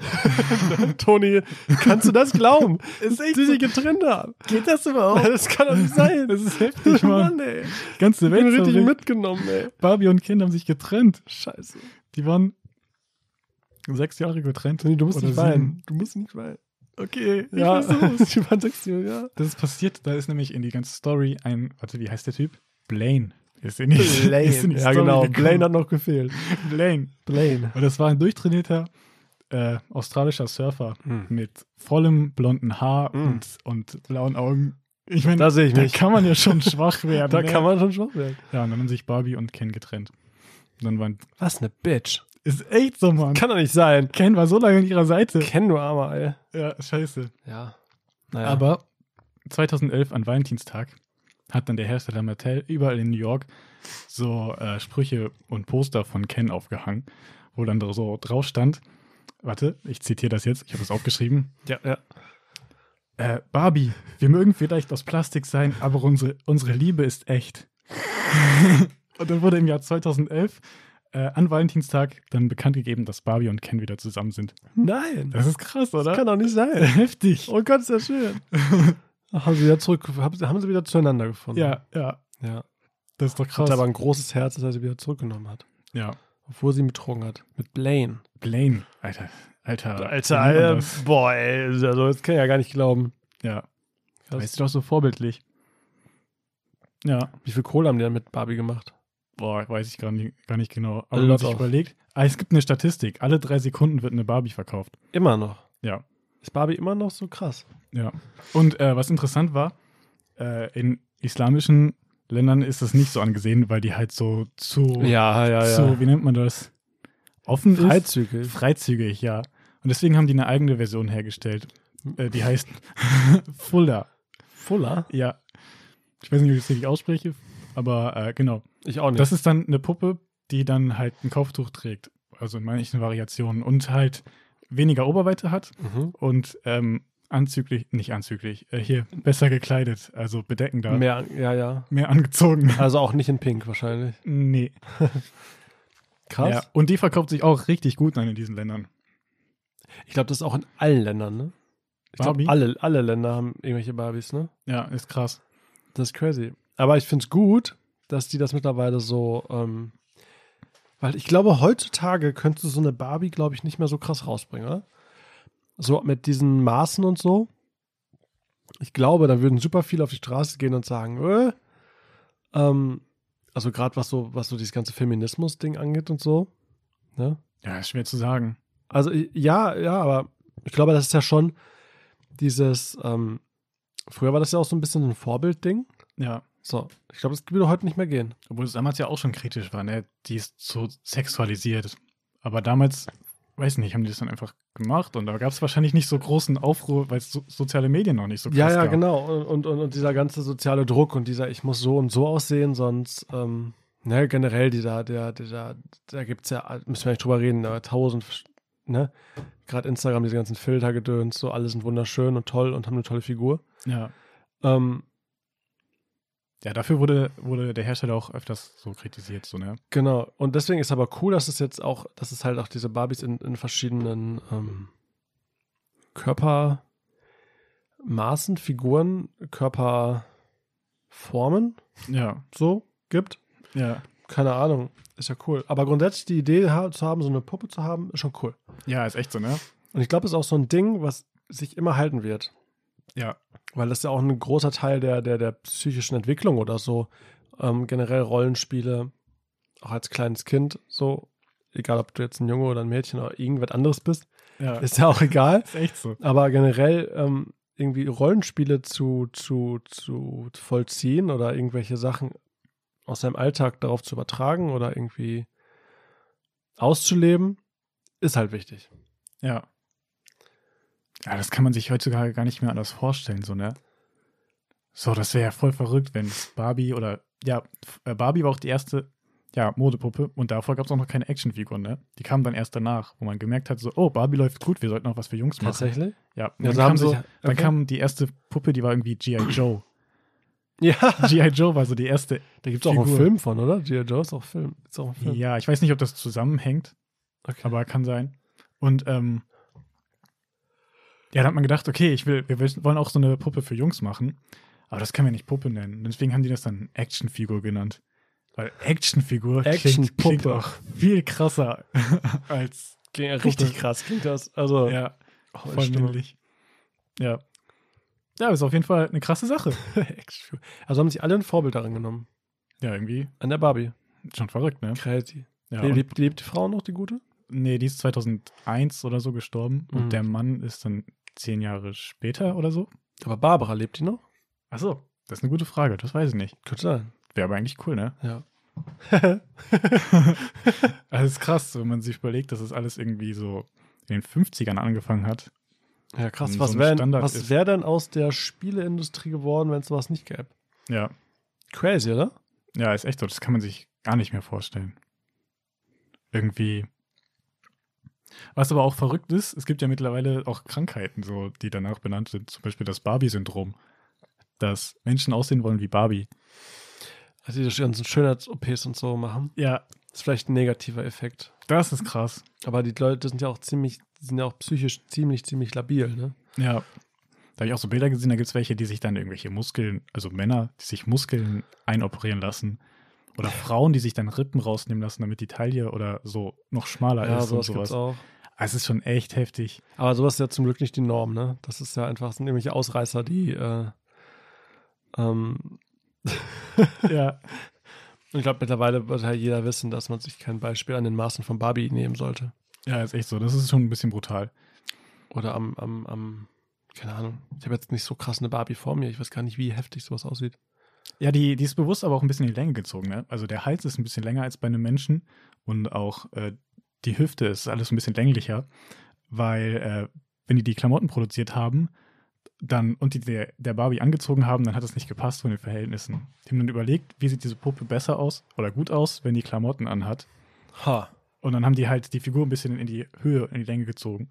Toni, kannst du das glauben?
Ist
Dass die sich getrennt haben.
Geht das überhaupt?
Das kann doch nicht sein.
Das ist heftig, Mann.
ey.
Die ganze
Ich bin
Welt
richtig
verrückt.
mitgenommen, ey.
Barbie und Ken haben sich getrennt.
Scheiße.
Die waren sechs Jahre getrennt.
Toni, du musst
Oder
nicht
sieben.
weinen. Du musst nicht weinen.
Okay, ja.
Ja, die waren sechs Jahre, ja.
Das ist passiert, da ist nämlich in die ganze Story ein, warte, wie heißt der Typ? Blaine. Ist in die, Ist in die
Ja,
Story
genau.
gekommen.
Blaine hat noch gefehlt.
Blaine.
Blaine.
Und das war ein durchtrainierter äh, australischer Surfer mit vollem blonden Haar
Mhm.
und, und blauen Augen. Ich meine,
Da sehe ich
da
mich.
kann man ja schon schwach werden.
Da
ne?
kann man schon schwach werden.
Ja, und dann haben sich Barbie und Ken getrennt. Und dann waren.
Was eine Bitch.
Ist echt so, Mann.
Kann doch nicht sein.
Ken war so lange an ihrer Seite.
Ken, du armer, ey.
Ja, scheiße.
Ja. Naja.
Aber 2011 an Valentinstag hat dann der Hersteller Mattel überall in New York so äh, Sprüche und Poster von Ken aufgehangen, wo dann so drauf stand. Warte, ich zitiere das jetzt. Ich habe es aufgeschrieben.
Ja, ja.
Äh, Barbie, wir mögen vielleicht aus Plastik sein, aber unsere, unsere Liebe ist echt. und dann wurde im Jahr 2011 äh, an Valentinstag dann bekannt gegeben, dass Barbie und Ken wieder zusammen sind.
Nein.
Das ist krass,
Das
oder?
kann doch nicht sein.
Heftig.
Oh Gott, ist das schön. haben sie wieder zurück, haben sie- haben sie wieder zueinander gefunden.
Ja, ja,
ja.
das ist doch krass.
Hat aber ein großes Herz, dass er sie wieder zurückgenommen hat.
ja.
Obwohl sie ihn betrogen hat. Mit Blaine.
Blaine, Alter, Alter. wie nennt man das?
also, boah, ey, also das kann ich ja gar nicht glauben.
Ja. Da bist du doch so vorbildlich. Ja,
Wie viel Kohle haben die denn mit Barbie gemacht?
boah, weiß ich gar nicht, gar nicht genau. Aber
Also
wenn man
lock
sich
auf.
überlegt, ah, es gibt eine Statistik. Alle drei Sekunden wird eine Barbie verkauft.
Immer noch.
Ja.
Ist Barbie immer noch so krass?
Ja. Und äh, was interessant war, äh, in islamischen Ländern ist das nicht so angesehen, weil die halt so zu,
Ja, ja,
zu wie nennt man das? Offen ist?
Freizügig.
Freizügig, ja. Und deswegen haben die eine eigene Version hergestellt.
Hm.
Äh, die heißt Fuller.
Fuller?
Ja. Ich weiß nicht, ob ich das richtig ausspreche, aber äh, genau.
Ich auch nicht.
Das ist dann eine Puppe, die dann halt ein Kopftuch trägt. Also in manchen Variationen. Und halt weniger Oberweite hat
mhm.
und ähm, anzüglich, nicht anzüglich, äh, hier besser gekleidet, also bedeckender. Mehr,
Mehr, ja, ja.
mehr angezogen.
Also auch nicht in Pink wahrscheinlich.
nee.
Krass.
Ja. Und die verkauft sich auch richtig gut dann in diesen Ländern.
Ich glaube, das ist auch in allen Ländern, ne? Ich glaube,
Barbie?
alle, alle Länder haben irgendwelche Barbies, ne?
Ja, ist krass.
Das ist crazy. Aber ich finde es gut, dass die das mittlerweile so. Ähm, weil ich glaube, heutzutage könntest du so eine Barbie, glaube ich, nicht mehr so krass rausbringen, oder? So mit diesen Maßen und so. Ich glaube, da würden super viele auf die Straße gehen und sagen, äh, ähm, also gerade was so, was so dieses ganze Feminismus-Ding angeht und so. Ne?
Ja, ist schwer zu sagen.
Also i- ja, ja, aber ich glaube, das ist ja schon dieses, ähm, früher war das ja auch so ein bisschen so ein Vorbildding.
Ja.
So, ich glaube, das würde heute nicht mehr gehen.
Obwohl es damals ja auch schon kritisch war, ne? Die ist so sexualisiert. Aber damals, weiß nicht, haben die das dann einfach gemacht und da gab es wahrscheinlich nicht so großen Aufruhr, weil es so, soziale Medien noch nicht so krass
Ja, ja,
gab.
genau. Und, und, und dieser ganze soziale Druck und dieser, ich muss so und so aussehen, sonst, ähm, ne, generell dieser, der, dieser, da gibt's ja, müssen wir nicht drüber reden, aber tausend, ne, gerade Instagram, diese ganzen Filtergedöns, so alle sind wunderschön und toll und haben eine tolle Figur.
Ja.
Ähm,
ja, dafür wurde, wurde der Hersteller auch öfters so kritisiert, so, ne?
Genau. Und deswegen ist aber cool, dass es jetzt auch, dass es halt auch diese Barbies in, in verschiedenen ähm, Körpermaßen, Figuren, Körperformen
Ja,
so gibt.
ja.
Keine Ahnung. Ist ja cool. Aber grundsätzlich die Idee ha- zu haben, so eine Puppe zu haben, ist schon cool.
Ja, ist echt so, ne?
Und ich glaube, es ist auch so ein Ding, was sich immer halten wird.
Ja.
Weil das ja auch ein großer Teil der, der, der psychischen Entwicklung oder so. Ähm, generell Rollenspiele, auch als kleines Kind, so, egal ob du jetzt ein Junge oder ein Mädchen oder irgendwas anderes bist,
Ja, ist,
ist ja auch egal.
echt so.
Aber generell ähm, irgendwie Rollenspiele zu, zu, zu vollziehen oder irgendwelche Sachen aus seinem Alltag darauf zu übertragen oder irgendwie auszuleben, ist halt wichtig.
Ja. Ja, das kann man sich heutzutage gar nicht mehr anders vorstellen, so, ne? So, das wäre ja voll verrückt, wenn es Barbie oder. Ja, f- äh, Barbie war auch die erste, ja, Modepuppe und davor gab es auch noch keine Actionfiguren, ne? Die kamen dann erst danach, wo man gemerkt hat, so, oh, Barbie läuft gut, wir sollten auch was für Jungs machen.
Tatsächlich?
Ja, und dann,
Ja, so haben
kam, so,
sich-
dann
okay.
kam die erste Puppe, die war irgendwie G.I. Joe.
Ja.
G.I. Joe war so die erste.
Da gibt es auch einen
Figur.
Film von, oder? G.I. Joe ist auch Film. Ist auch ein Film.
Ja, ich weiß nicht, ob das zusammenhängt.
Okay.
aber kann sein. Und ähm, ja, da hat man gedacht, okay, ich will, wir will- wollen auch so eine Puppe für Jungs machen, aber das können wir nicht Puppe nennen. Und Deswegen haben die das dann Actionfigur genannt. Weil Actionfigur klingt,
Actionpuppe.
klingt auch viel krasser als
Klingt ja richtig
Puppe.
krass, klingt das. Also,
ja,
oh,
voll
Stimme.
männlich. Ja. Ja, ist auf jeden Fall eine krasse Sache.
Action. also haben sich alle ein Vorbild daran genommen.
Ja, irgendwie
An der Barbie.
schon verrückt, ne?
Crazy.
Ja,
Le-
und,
lebt, lebt die Frau noch, die gute?
nee, die ist 2001 oder so gestorben
Mhm.
und der Mann ist dann zehn Jahre später oder so.
Aber Barbara lebt die noch?
Ach so, das ist eine gute Frage, das weiß ich nicht.
Könnte sein.
Wäre aber eigentlich cool, ne?
Ja.
Also es ist krass, wenn man sich überlegt, dass es alles irgendwie so in den 50ern angefangen hat.
Ja, krass.
So
Was
ein
wäre
Standard
was
ist-
wär denn aus der Spieleindustrie geworden, wenn es sowas nicht gäbe?
Ja.
Crazy, oder?
Ja, ist echt so. Das kann man sich gar nicht mehr vorstellen. Irgendwie. Was aber auch verrückt ist, es gibt ja mittlerweile auch Krankheiten, so, die danach benannt sind. Zum Beispiel das Barbie-Syndrom. Dass Menschen aussehen wollen wie Barbie.
Also diese ganzen Schönheits-OPs und so machen.
Ja,
Ist vielleicht ein negativer Effekt.
das ist krass.
Aber die Leute sind ja auch ziemlich, sind ja auch psychisch ziemlich, ziemlich labil, ne?
Ja. Da habe ich auch so Bilder gesehen, da gibt es welche, die sich dann irgendwelche Muskeln, also Männer, die sich Muskeln einoperieren lassen. Oder Frauen, die sich dann Rippen rausnehmen lassen, damit die Taille oder so noch schmaler
Ja,
ist
sowas
und
gibt's
sowas.
auch.
Also es ist schon echt heftig.
Aber sowas ist ja zum Glück nicht die Norm, ne? Das ist ja einfach, sind irgendwelche Ausreißer, die äh, Ähm,
Ja.
und ich glaube, mittlerweile wird halt jeder wissen, dass man sich kein Beispiel an den Maßen von Barbie nehmen sollte.
Ja, ist echt so. Das ist schon ein bisschen brutal.
Oder am, am, am keine Ahnung. Ich habe jetzt nicht so krass eine Barbie vor mir. Ich weiß gar nicht, wie heftig sowas aussieht.
Ja, die, die ist bewusst aber auch ein bisschen in die Länge gezogen. Ne? Also der Hals ist ein bisschen länger als bei einem Menschen und auch äh, die Hüfte ist alles ein bisschen länglicher, weil äh, wenn die die Klamotten produziert haben dann, und die der, der Barbie angezogen haben, dann hat es nicht gepasst von den Verhältnissen. Die haben dann überlegt, wie sieht diese Puppe besser aus oder gut aus, wenn die Klamotten anhat.
Ha,
Und dann haben die halt die Figur ein bisschen in die Höhe, in die Länge gezogen.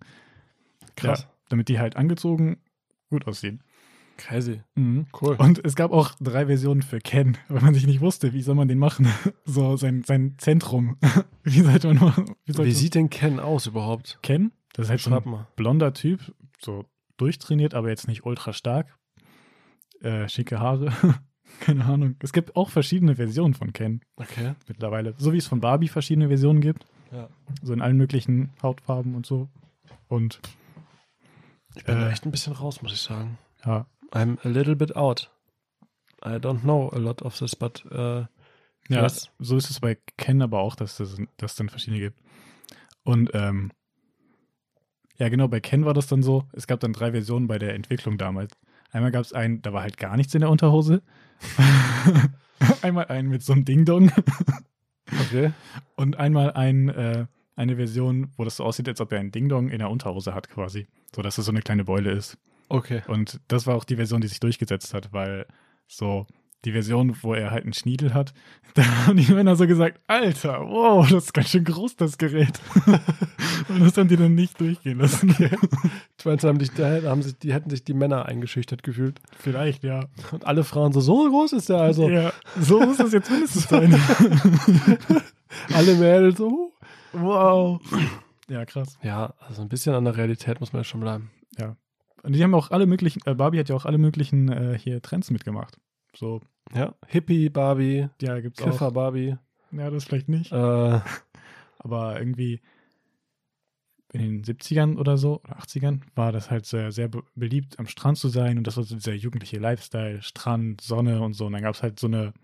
krass.
Ja, damit die halt angezogen gut aussehen.
Crazy.
Mhm.
Cool.
Und es gab auch drei Versionen für Ken, weil man sich nicht wusste, wie soll man den machen. So sein, sein Zentrum. Wie sollte man machen? sollte
wie sieht denn Ken aus überhaupt? Hm.
Ken? Das ist halt so
Schreib
ein
mal.
blonder Typ, so durchtrainiert, aber jetzt nicht ultra stark. Äh, schicke Haare. Keine Ahnung. Es gibt auch verschiedene Versionen von Ken
Okay.
mittlerweile. So wie es von Barbie verschiedene Versionen gibt.
Ja.
So in allen möglichen Hautfarben und so. Und
Ich bin da
Äh.
echt ein bisschen raus, muss ich sagen.
ja,
I'm a little bit out. I don't know a lot of this, but äh,
Ja,
Yes.
so ist es bei Ken aber auch, dass es dass es dann verschiedene gibt. Und ähm, ja, genau, bei Ken war das dann so. Es gab dann drei Versionen bei der Entwicklung damals. Einmal gab es einen, da war halt gar nichts in der Unterhose. einmal einen mit so einem Ding-Dong
okay.
und einmal ein, äh, eine Version, wo das so aussieht, als ob er einen Ding-Dong in der Unterhose hat, quasi. So dass es so eine kleine Beule ist.
Okay.
Und das war auch die Version, die sich durchgesetzt hat, weil so die Version, wo er halt einen Schniedel hat, da haben die Männer so gesagt, Alter, wow, das ist ganz schön groß, das Gerät. Und das haben die dann nicht durchgehen lassen.
Du meinst, haben dich, da haben sich, die hätten sich die Männer eingeschüchtert gefühlt.
Vielleicht, ja.
Und alle Frauen so, so groß ist der also.
ja. So muss das jetzt mindestens sein.
Alle Mädels so. oh.
wow. Ja, krass.
Ja, also ein bisschen an der Realität muss man ja schon bleiben.
Und die haben auch alle möglichen, äh, Barbie hat ja auch alle möglichen äh, hier Trends mitgemacht. So,
Ja. Hippie Barbie,
ja, gibt's
Kiffer
auch.
Barbie.
Ja, das vielleicht nicht.
Äh,
Aber irgendwie in den 70ern oder so, oder 80ern, war das halt sehr, sehr be- beliebt, am Strand zu sein. Und das war so dieser jugendliche Lifestyle, Strand, Sonne und so. Und dann gab es halt so eine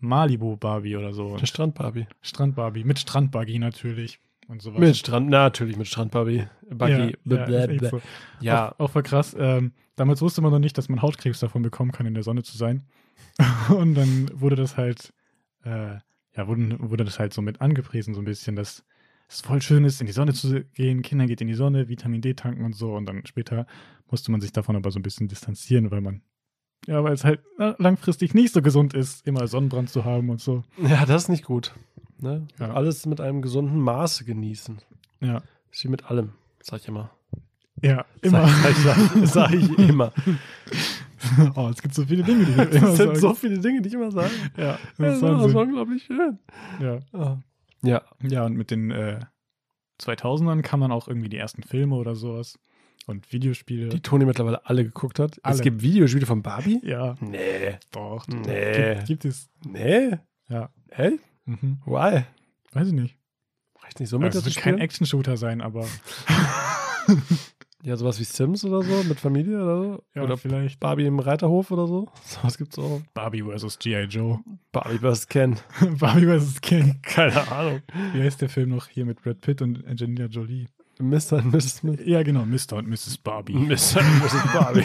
Malibu-Barbie oder so.
der Strand Barbie.
Strand-Barbie, mit Strand-Buggy natürlich und sowas.
Mit Strand, natürlich mit Strand Barbie. Buggy.
Ja, ja, ist echt so.
ja.
Auch, auch voll krass. Ähm, damals wusste man noch nicht, dass man Hautkrebs davon bekommen kann, in der Sonne zu sein. Und dann wurde das halt, äh, ja, wurde, wurde das halt so mit angepriesen, so ein bisschen, dass es voll schön ist, in die Sonne zu gehen, Kinder geht in die Sonne, Vitamin D tanken und so. Und dann später musste man sich davon aber so ein bisschen distanzieren, weil man, ja, weil es halt na, langfristig nicht so gesund ist, immer Sonnenbrand zu haben und so.
Ja, das ist nicht gut. Ne?
Ja.
Alles mit einem gesunden Maße genießen.
Ja.
Ist wie mit allem, sag ich immer.
Ja, immer.
Sag, sag, sag, sag ich immer.
oh, es gibt so viele Dinge, die wir immer
Es sind
sagen.
so viele Dinge, die ich immer sage.
ja,
Das
das ist
ist, das ist
Wahnsinn.
unglaublich schön. Ah.
Ja.
Ja,
Ja, und mit den äh, 2000ern kamen dann auch irgendwie die ersten Filme oder sowas und Videospiele.
die Toni mittlerweile alle geguckt hat. Es
Alle.
gibt Videospiele von Barbie?
ja,
Nee.
doch.
Nee.
Gibt, gibt es.
Nee?
Ja.
Hä?
Mhm.
Why?
Weiß ich nicht.
Reicht nicht so mit
Also, es
dazu
wird kein
spielen?
Action-Shooter sein, aber
Ja, sowas wie Sims oder so, mit Familie oder so.
ja,
oder
vielleicht
Barbie im Reiterhof oder so. Sowas gibt's auch.
Barbie vs. G.I. Joe.
Barbie vs. Ken.
Barbie vs. King.
Keine Ahnung.
Wie heißt der Film noch hier mit Brad Pitt und Angelina Jolie?
Mr. und Mrs. Smith.
Ja, genau, Mr. und Mrs. Barbie.
Mr. und Mrs. Barbie.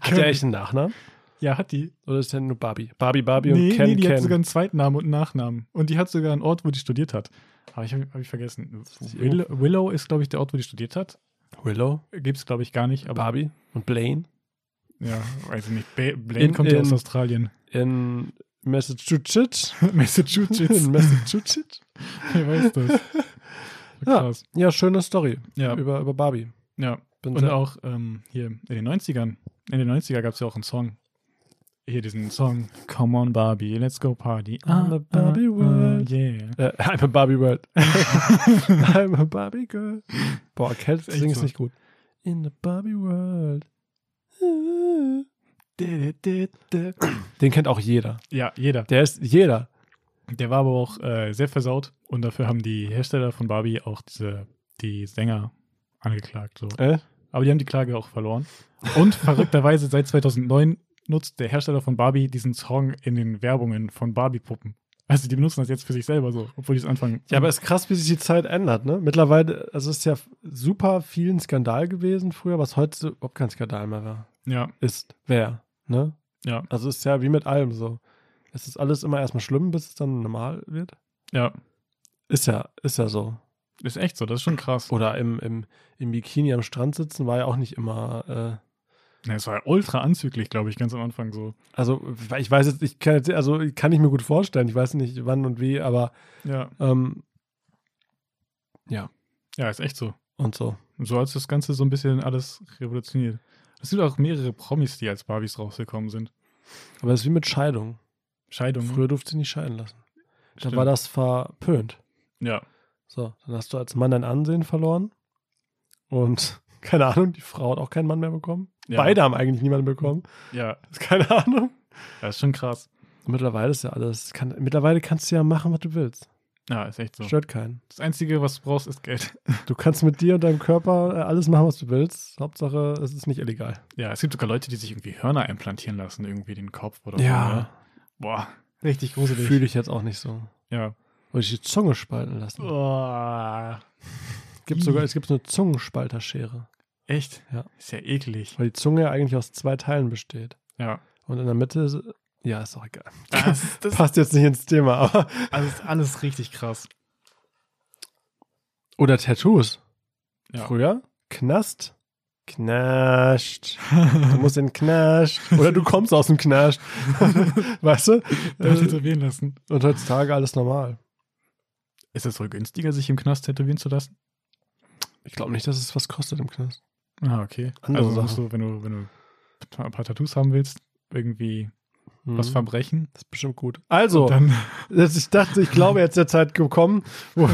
Hat der echt einen Nachnamen?
Ja, hat die.
Oder ist der nur Barbie? Barbie, Barbie
Nee,
und Ken,
nee, die
Ken.
hat sogar einen Zweitnamen und einen Nachnamen. Und die hat sogar einen Ort, wo die studiert hat. Aber ich habe hab ich vergessen.
ist
Will, Willow ist, glaube ich, der Ort, wo die studiert hat.
Willow,
Gibt es, glaube ich, gar nicht. Aber
Barbie und Blaine
ja, weiß ich nicht. Ba Blaine
In-
kommt ja aus
in-
Australien.
in Massachusetts.
Massachusetts.
in Massachusetts.
Wer weiß das?
Ja.
Krass.
Ja, schöne Story
Ja.
über, über Barbie.
ja.
Bin
Und
sehr-
auch ähm, hier in den 90ern. In den 90er gab es ja auch einen Song. Hier diesen Song. Come on, Barbie, let's go party. Ah,
I'm a Barbie world.
yeah.
äh, I'm a Barbie World. I'm a Barbie Girl. Boah, Cat
echt
singen ist
so.
nicht gut. In the Barbie World. Ah. Den kennt auch jeder.
Ja, jeder.
Der ist jeder.
Der war aber auch äh, sehr versaut und dafür haben die Hersteller von Barbie auch diese, die Sänger angeklagt. So.
Äh?
Aber die haben die Klage auch verloren. Und verrückterweise seit 2009 nutzt der Hersteller von Barbie diesen Song in den Werbungen von Barbie-Puppen. Also die benutzen das jetzt für sich selber so, obwohl die es anfangen.
Ja, aber es ist krass, wie sich die Zeit ändert, ne? Mittlerweile, also es ist ja super viel ein Skandal gewesen früher, was heute überhaupt kein Skandal mehr war.
Hm, Ja,
Ist wer, ne?
ja,
Also es ist ja wie mit allem so. Es ist alles immer erstmal schlimm, bis es dann normal wird.
ja.
Ist ja, ist ja so.
Ist echt so, das ist schon krass.
Oder im, im, im Bikini am Strand sitzen war ja auch nicht immer. Äh,
Ja, es war ultra anzüglich, glaube ich, ganz am Anfang so.
also ich weiß jetzt, ich kann jetzt, also kann ich mir gut vorstellen. Ich weiß nicht wann und wie, aber
Ja,
ähm,
ja, ist echt so.
und so.
So hat das Ganze so ein bisschen alles revolutioniert. Es sind auch mehrere Promis, die als Barbies rausgekommen sind.
Aber es ist wie mit Scheidung.
Scheidung.
Früher durfte sie nicht scheiden lassen.
Mhm. Stimmt.
Da war das verpönt.
Ja,
So, dann hast du als Mann dein Ansehen verloren und keine Ahnung, die Frau hat auch keinen Mann mehr bekommen.
Ja.
Beide haben eigentlich niemanden bekommen.
ja,
Keine Ahnung.
das ist schon krass.
Und mittlerweile ist ja alles. Kann, mittlerweile kannst du ja machen, was du willst.
Ja, ist echt so.
Stört keinen.
Das Einzige, was du brauchst, ist Geld.
Du kannst mit dir und deinem Körper äh, alles machen, was du willst. Hauptsache, es ist nicht illegal.
Ja, es gibt sogar Leute, die sich irgendwie Hörner implantieren lassen, irgendwie den Kopf oder so. ne? Boah, richtig gruselig.
Fühle ich jetzt auch nicht so.
Ja.
Oder ich die Zunge spalten lassen.
Boah.
Gibt sogar, es gibt so eine Zungenspalterschere.
Echt?
Ja.
Ist ja eklig.
Weil die Zunge ja eigentlich aus zwei Teilen besteht.
Ja.
Und in der Mitte ist. Ja, ist auch egal.
Das, das,
Passt jetzt nicht ins Thema, aber.
also ist alles richtig krass.
Oder Tattoos.
Ja.
Früher? Knast? Knascht. Du musst in den Knascht. Oder du kommst aus dem Knascht. weißt du?
Darf
Äh,
tätowieren lassen.
Und heutzutage alles normal.
Ist es wohl günstiger, sich im Knast tätowieren zu lassen?
Ich glaube nicht, dass es was kostet im Knast.
Ah, okay.
Andere
also musst
Sachen.
du, wenn du, wenn du ta- ein paar Tattoos haben willst, irgendwie
Mhm.
was verbrechen.
Das ist bestimmt gut. Also,
Dann
jetzt- ich dachte, ich glaube, jetzt ist der Zeit gekommen. Wo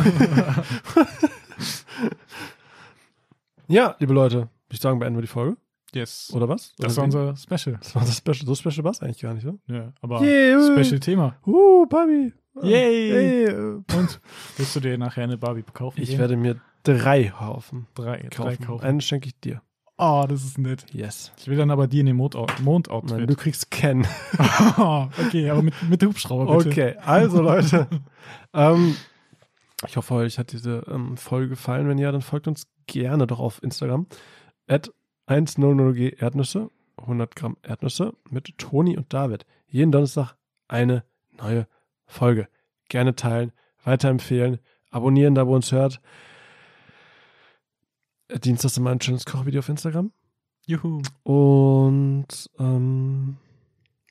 ja, liebe Leute, ich sagen, beenden wir die Folge.
yes.
Oder was?
Das war
Oder wie?
unser Special.
Das war unser Special. So special war es eigentlich gar nicht, oder?
Ja, aber
Yeah.
Special-Thema.
Uh, Barbie.
Yay.
Hey, äh,
Und willst du dir nachher eine Barbie kaufen?
Ich
gehen?
werde mir drei kaufen.
drei drei
kaufen.
kaufen.
Einen schenke ich dir.
Oh, das ist nett.
Yes.
Ich will dann aber die in dem Mond-
Nein, du
Mondoutfit. Ah,
kriegst Ken.
okay, aber mit, mit Hubschrauber Oh, bitte.
Okay, also Leute. ähm, ich hoffe, euch hat diese ähm, Folge gefallen. Wenn ja, dann folgt uns gerne doch auf Instagram. At 100g Erdnüsse, 100 Gramm Erdnüsse mit Toni und David. Jeden Donnerstag eine neue Folge. Gerne teilen, weiterempfehlen, abonnieren, da wo ihr uns hört. Äh, Dienstags immer ein schönes Kochvideo auf Instagram.
Juhu.
Und ähm,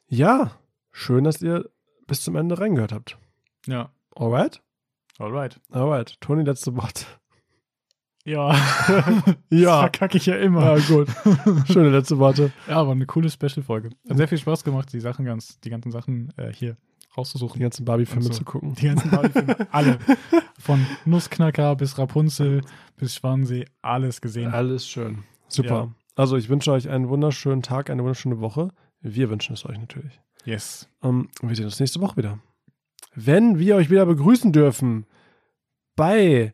ja, schön, dass ihr bis zum Ende reingehört habt.
Ja,
Alright?
alright.
Alright. Toni, letzte Worte.
Ja. Das
Ja.
verkacke ich ja immer.
Ah, gut. Schöne letzte Worte.
Ja, aber eine coole Special-Folge. Hat sehr viel Spaß gemacht, die Sachen ganz, die ganzen Sachen äh, hier
Die
rauszusuchen.
ganzen Barbie-Filme
Und so.
zu gucken.
Die ganzen Barbie-Filme, alle. Von Nussknacker bis Rapunzel bis Schwansee, alles gesehen.
Alles schön. Super.
Ja.
Also, ich wünsche euch einen wunderschönen Tag, eine wunderschöne Woche. Wir wünschen es euch natürlich.
Yes.
Ähm, wir sehen uns nächste Woche wieder. Wenn wir euch wieder begrüßen dürfen bei E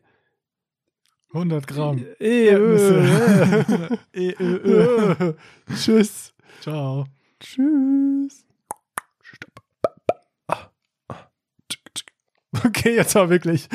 100 Gramm.
Erdnüsse.
Äh, äh, äh.
E Tschüss.
Ciao.
Tschüss. Ah, Okay, jetzt war wirklich.